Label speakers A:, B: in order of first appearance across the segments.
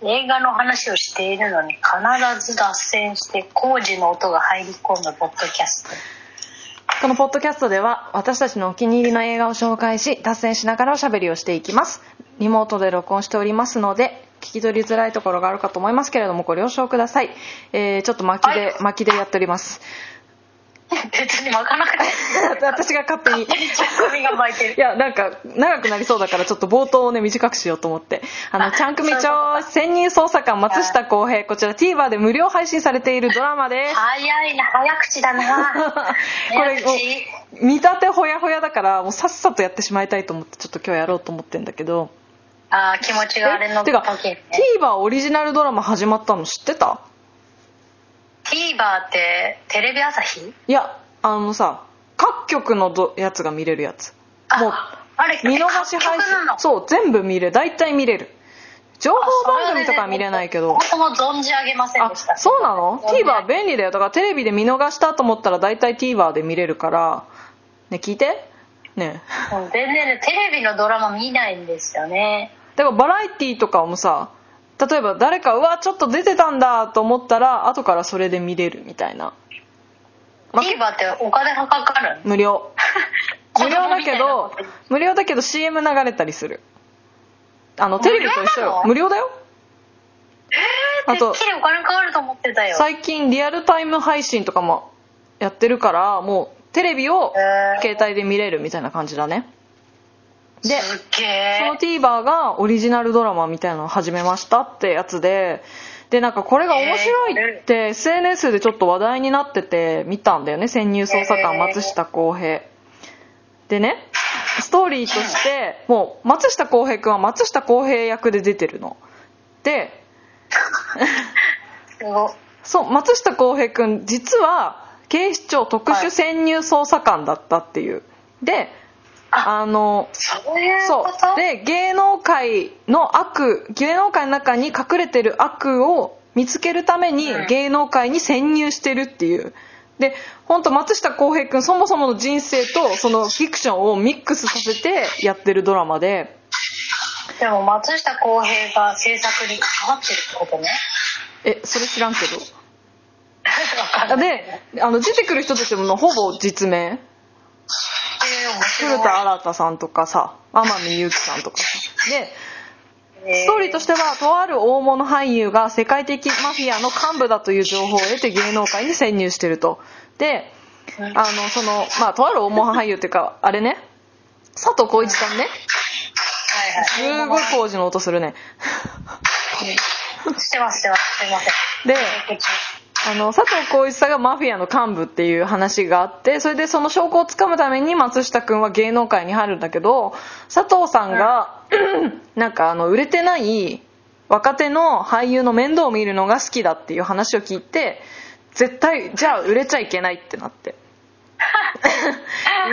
A: 映画の話をしているのに必ず脱線して工事の音が入り込むポッドキャス ト
B: このポッドキャストでは私たちのお気に入りの映画を紹介し脱線しながらおしゃべりをしていきますリモートで録音しておりますので聞き取りづらいところがあるかと思いますけれどもご了承ください、えーちょっと巻きで、
A: はい
B: 巻きでやっております
A: 別に巻かなくて
B: 私が勝手に
A: ツッコミが巻いて
B: い
A: る
B: やなんか長くなりそうだからちょっと冒頭をね短くしようと思ってあの
A: あ
B: ちゃん組
A: そういう
B: 長潜入捜査官松下洸平こちら TVer で無料配信されているドラマです
A: 早いな早口 だな
B: これ
A: 早口
B: もう見立てほやほやだからもうさっさとやってしまいたいと思ってちょっと今日やろうと思ってんだけど
A: あー気持ちがあれの
B: えてか
A: 時ね
B: TVer オリジナルドラマ始まったの知ってた
A: TVer ってテレビ朝日
B: いやあのさ各局のどやつが見れるやつ
A: あ
B: もう
A: あれ
B: 見逃し
A: え各
B: 配
A: 局
B: 信
A: なの
B: そう全部見れ大体見れる情報番組とかは見れないけど
A: それでね僕も存じ上げません
B: あ
A: でした
B: そうなの
A: 存じ上げ
B: ?TVer 便利だよだからテレビで見逃したと思ったら大体 TVer で見れるからね聞いてね
A: うん全然ねテレビのドラマ見ないんですよね
B: だからバラエティとかもさ例えば誰かうわちょっと出てたんだと思ったら後からそれで見れるみたいな、ま
A: TVer ってお金がかかるの
B: 無料無料だけど
A: 子供みたいな
B: 無料だけど CM 流れたりするあのテレビと一緒よ無
A: 無
B: 料だよ
A: えー
B: あと
A: てっきりお金かかると思ってたよ
B: 最近リアルタイム配信とかもやってるからもうテレビを
A: へー
B: 携帯で見れるみたいな感じだねでそ
A: すっげ
B: の
A: え
B: TVer がオリジナルドラマみたいなのを始めましたってやつででなんかこれが面白いって SNS でちょっと話題になってて見たんだよね潜入捜査官
A: へー
B: 松下洸平でねストーリーとしてもう松下洸平君は松下洸平役で出てるのです
A: ご
B: そう松下洸平君実は警視庁特殊潜入捜査官だったっていう、で
A: あ
B: あの
A: そういう
B: そ
A: こと
B: うで芸能界の悪芸能界の中に隠れてる悪を見つけるために
A: うん
B: 芸能界に潜入してるっていうで本当松下洸平君そもそもの人生とそのフィクションをミックスさせてやってるドラマで
A: でも松下洸平が制作に関わってるってことね
B: えそれ知らんけど
A: わかんな
B: あ
A: い
B: であの出てくる人たちもほぼ実名
A: えー面白い
B: 古田新太さんとかさ天海祐希さんとかさでストーリーとしてはとある大物俳優が世界的マフィアの幹部だという情報を得て芸能界に潜入してるとで
A: えー
B: あのそのまあとある大物俳優っていうかあれね佐藤浩市さんね
A: はいは
B: す
A: い
B: ごい工事の音するね
A: してますしてますすいません
B: で
A: 告知
B: あの佐藤浩市さんがマフィアの幹部っていう話があってそれでその証拠をつかむために松下君は芸能界に入るんだけど佐藤さんが、 なんかあの売れてない若手の俳優の面倒を見るのが好きだっていう話を聞いて絶対じゃあ売れちゃいけないってなって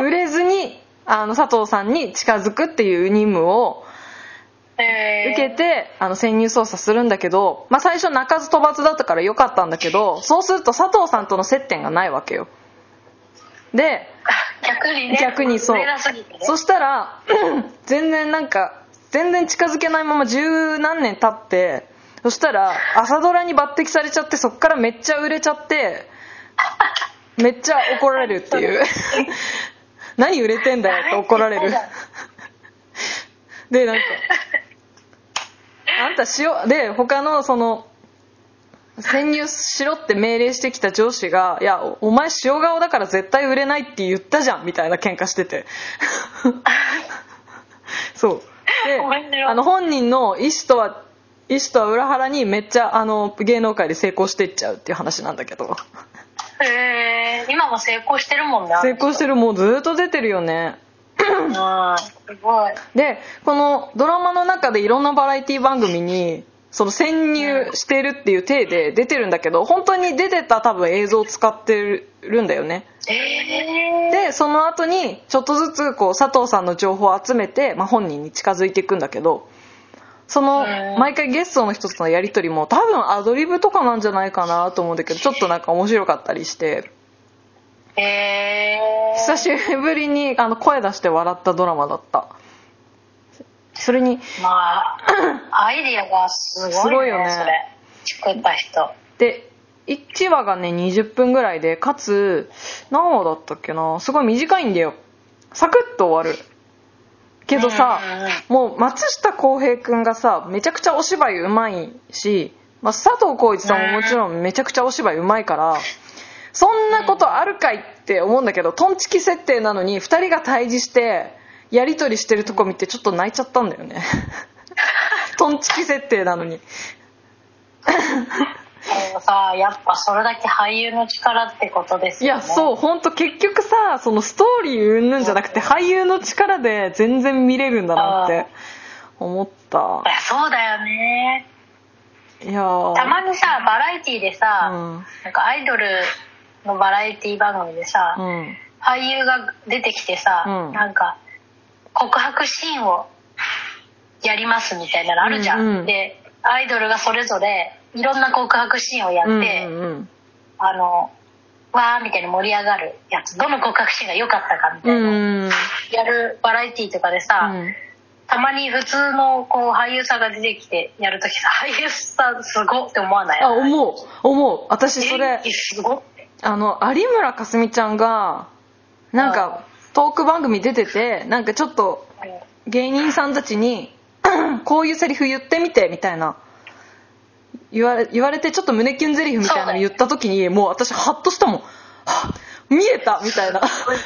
B: 売れずにあの佐藤さんに近づくっていう任務を
A: えー
B: 受けてあの潜入捜査するんだけど、まあ、最初鳴かず飛ばずだったから良かったんだけどそうすると佐藤さんとの接点がないわけよで
A: 逆にね
B: 逆にそう
A: 上田すぎてね
B: そしたら 全然なんか全然近づけないまま十何年経ってそしたら朝ドラに抜擢されちゃってそっからめっちゃ売れちゃってめっちゃ怒られるって いう何売れてんだよって怒られるでなんかあんたしよで他のその潜入しろって命令してきた上司が「いやおお前塩顔だから絶対売れないって言ったじゃん」みたいな喧嘩し ててそう
A: 面
B: で
A: 白い
B: あの本人の意思とは意思とは裏腹にめっちゃあの芸能界で成功してっちゃうっていう話なんだけど
A: えー今も成功してるもんね
B: 成功してるもうずーっと出てるよね
A: うんすごい
B: でこのドラマの中でいろんなバラエティ番組にその潜入してるっていう体で出てるんだけど本当に出てた多分映像を使ってるんだよね
A: えー
B: でその後にちょっとずつこう佐藤さんの情報を集めて、まあ、本人に近づいていくんだけどその
A: うん
B: 毎回ゲストの人とのやり取りも多分アドリブとかなんじゃないかなと思うんだけどちょっとなんか面白かったりして
A: えー
B: 久しぶりにあの声出して笑ったドラマだったそれに
A: まあアイディアがすごいね
B: すごいよね
A: それ作った人
B: で1話がね20分ぐらいでかつ何話だったっけなすごい短いんだよサクッと終わるけどさ
A: うんうんうん
B: もう松下洸平くんがさめちゃくちゃお芝居うまいし、まあ、佐藤浩市さんももちろんめちゃくちゃお芝居うまいからそんなことあるかいって思うんだけどトンチキ設定なのに2人が対峙してやり取りしてるとこ見てちょっと泣いちゃったんだ よねトンチキ設定なのに
A: でもさやっぱそれだけ俳優の力ってことです
B: い
A: よ
B: や
A: ね
B: そう本当結局さそのストーリー云々じゃなくて俳優の力で全然見れるんだなって思った
A: いやそうだよね
B: いやー
A: たまにさバラエティでさ、
B: うん
A: なんかアイドルのバラエティ番組でさ、
B: うん
A: 俳優が出てきてさ、
B: うん
A: なんか告白シーンをやりますみたいなのあるじゃん、
B: うんうん
A: でアイドルがそれぞれいろんな告白シーンをやって、
B: うんうん
A: あのわーみたいに盛り上がるやつどの告白シーンが良かったかみ
B: う
A: たいな、
B: んうん
A: やるバラエティとかでさ、
B: うん
A: たまに普通のこう俳優さんが出てきてやるときさ俳優さんすごって思わない
B: あ思う思う私それ
A: 演技すごっ
B: あの有村架純ちゃんがなんかトーク番組出ててなんかちょっと芸人さんたちに こういうセリフ言ってみてみたいな言われ言われてちょっと胸キュンセリフみたいなの言った時にもう私ハッとしたもんはっ見えたみたいな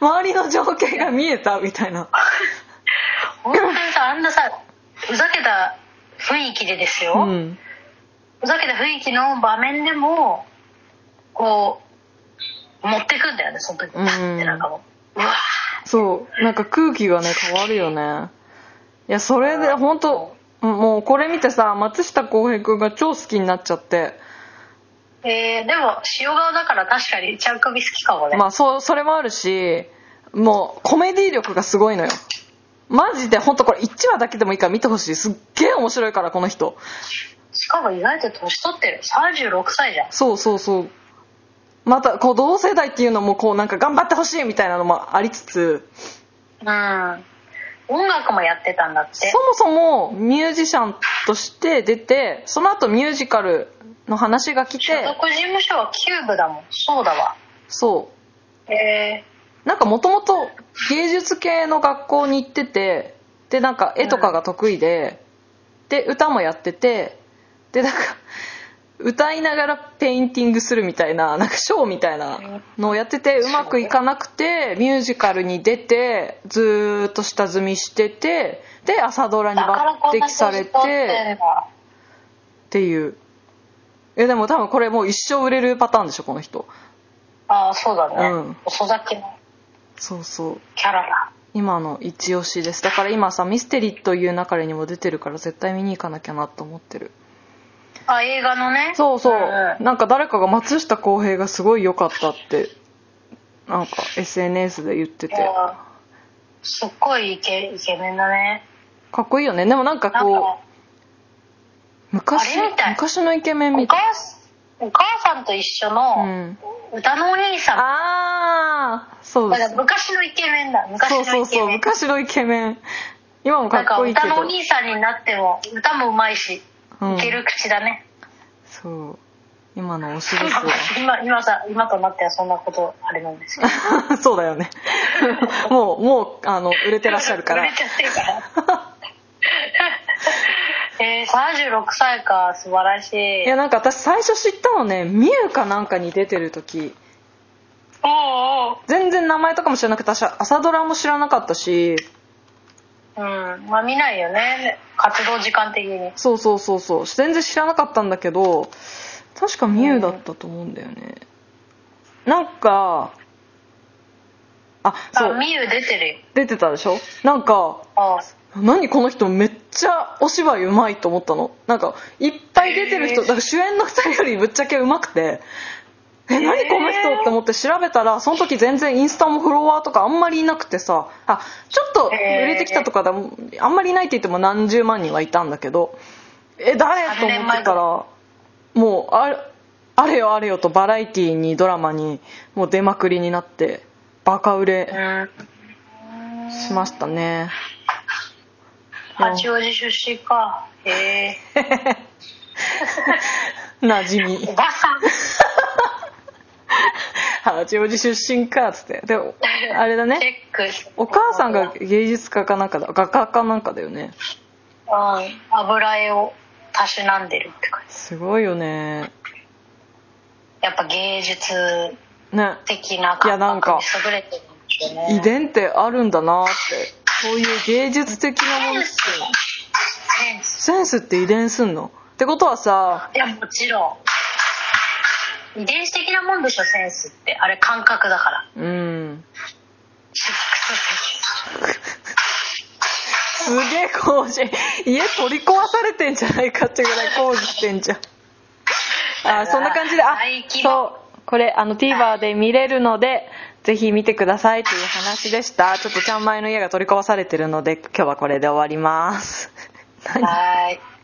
B: 周りの情景が見えたみたいな
A: 本当にさあんなさふざけた雰囲気でですよ、
B: うん
A: ふざけた雰囲気の場面でもこう持ってくんだよねその時パッてなんかもううわ
B: そうなんか空気がね変わるよねいやそれで本当もうこれ見てさ松下洸平君が超好きになっちゃって
A: ーえーでも塩顔だから確かにちゃん首好きかもね、
B: まあそうそれもあるしもうコメディ力がすごいのよマジで本当これ1話だけでもいいから見てほしいすっげえ面白いからこの人
A: しかも意外と年取ってる36歳じゃん
B: そうそうそうまたこう同世代っていうのもこうなんか頑張ってほしいみたいなのもありつつ
A: うん音楽もやってたんだって
B: そもそもミュージシャンとして出てその後ミュージカルの話が来
A: 所
B: て
A: 属事務所はキューブだもんそうだわ
B: そう
A: え
B: なんかもともと芸術系の学校に行っててでなんか絵とかが得意で、で歌もやっててでなんか歌いながらペインティングするみたいななんかショーみたいなのをやっててうまくいかなくてミュージカルに出てずーっと下積みしててで朝ドラ
A: ー、
B: に
A: だから
B: 抜
A: こんな
B: 擢
A: 年
B: され
A: 取って
B: て
A: んだ
B: っていうえでも多分これもう一生売れるパターンでしょこの人
A: ああそうだね、
B: うん
A: 遅咲きの
B: そうそう
A: キャラだ
B: 今の一押しですだから今さ「ミステリー」という流れにも出てるから絶対見に行かなきゃなと思ってる
A: あ映画のね
B: そうそう、
A: ん
B: なんか誰かが松下洸平がすごい良かったってなんか SNS で言ってて
A: いやすっごいイケイケメンだね
B: かっこいいよねでもなんか
A: なん
B: こ
A: か
B: う昔
A: あれみたい
B: 昔のイケメン
A: お
B: みたい
A: 母さんお母さんと一緒
B: う
A: の
B: ん
A: 歌のお兄さ
B: ああそ
A: ん、
B: う
A: だ
B: で
A: から
B: す
A: 昔のイケメンだ昔
B: そうそ
A: の
B: う
A: イケ
B: そう
A: メン
B: 昔のイケメン今もか
A: な
B: っ
A: んか
B: こいいけ
A: 歌のお
B: ど
A: 兄さんになっても歌もうまいし、
B: うん
A: いける口だね
B: そう今の推しですよ
A: 今今さ今となってはそんなことあれなんですけど
B: そうだよねもうもうあの売れてらっしゃるから
A: 売れちゃってるから えー、36歳か素晴らしい
B: いやなんか私最初知ったのねミュウかなんかに出てる時
A: おう
B: 全然名前とかも知らなくて私朝ドラも知らなかったし
A: おううんまあ見ないよね活動時間的に
B: そうそうそうそう全然知らなかったんだけど確かミュウだったと思うんだよねなんかあそ
A: あ
B: う
A: みゆ出てるよ
B: 出てたでしょなんか
A: あ
B: 何この人めっちゃお芝居うまいと思ったのなんかいっぱい出てる人
A: へー
B: だから主演の2人よりぶっちゃけうまくてえ何この人って思って調べたらその時全然インスタもフォロワーとかあんまりいなくてさあちょっと売れてきたとかだあんまりいないって言っても何十万人はいたんだけどえ誰と思ってたらもうあれあれよあれよとバラエティーにドラマにもう出まくりになってバカ売れ
A: うん
B: しましたね
A: 八王子出身かへえ
B: なじみ
A: おばさん
B: 八王子出身かっつってでもあれ だ
A: チ
B: ね
A: ェック
B: お母さん
A: う
B: が芸術家かなんかだ画家かなんかだよね
A: ん油絵をたしなんでるって感じ
B: すごいよね
A: やっぱ芸術
B: ね
A: 的ない
B: やなんか
A: 感覚に優れてるんでしょうね
B: 遺伝ってあるんだなってそういう芸術的なも
A: セ
B: の
A: ンスセンス
B: センスって遺伝すんのってことはさ
A: いやもちろん遺伝子的なもんでしょセンスってあれ感覚だから
B: うんすげえ工事家取り壊されてんじゃないかってぐらい工事してんじゃんあーそんな感じであ
A: 大規模
B: そうこれあの TVer で見れるのでぜひ見てくださいという話でしたちょっとちゃんまいの家が取り壊されてるので今日はこれで終わります何
A: はーい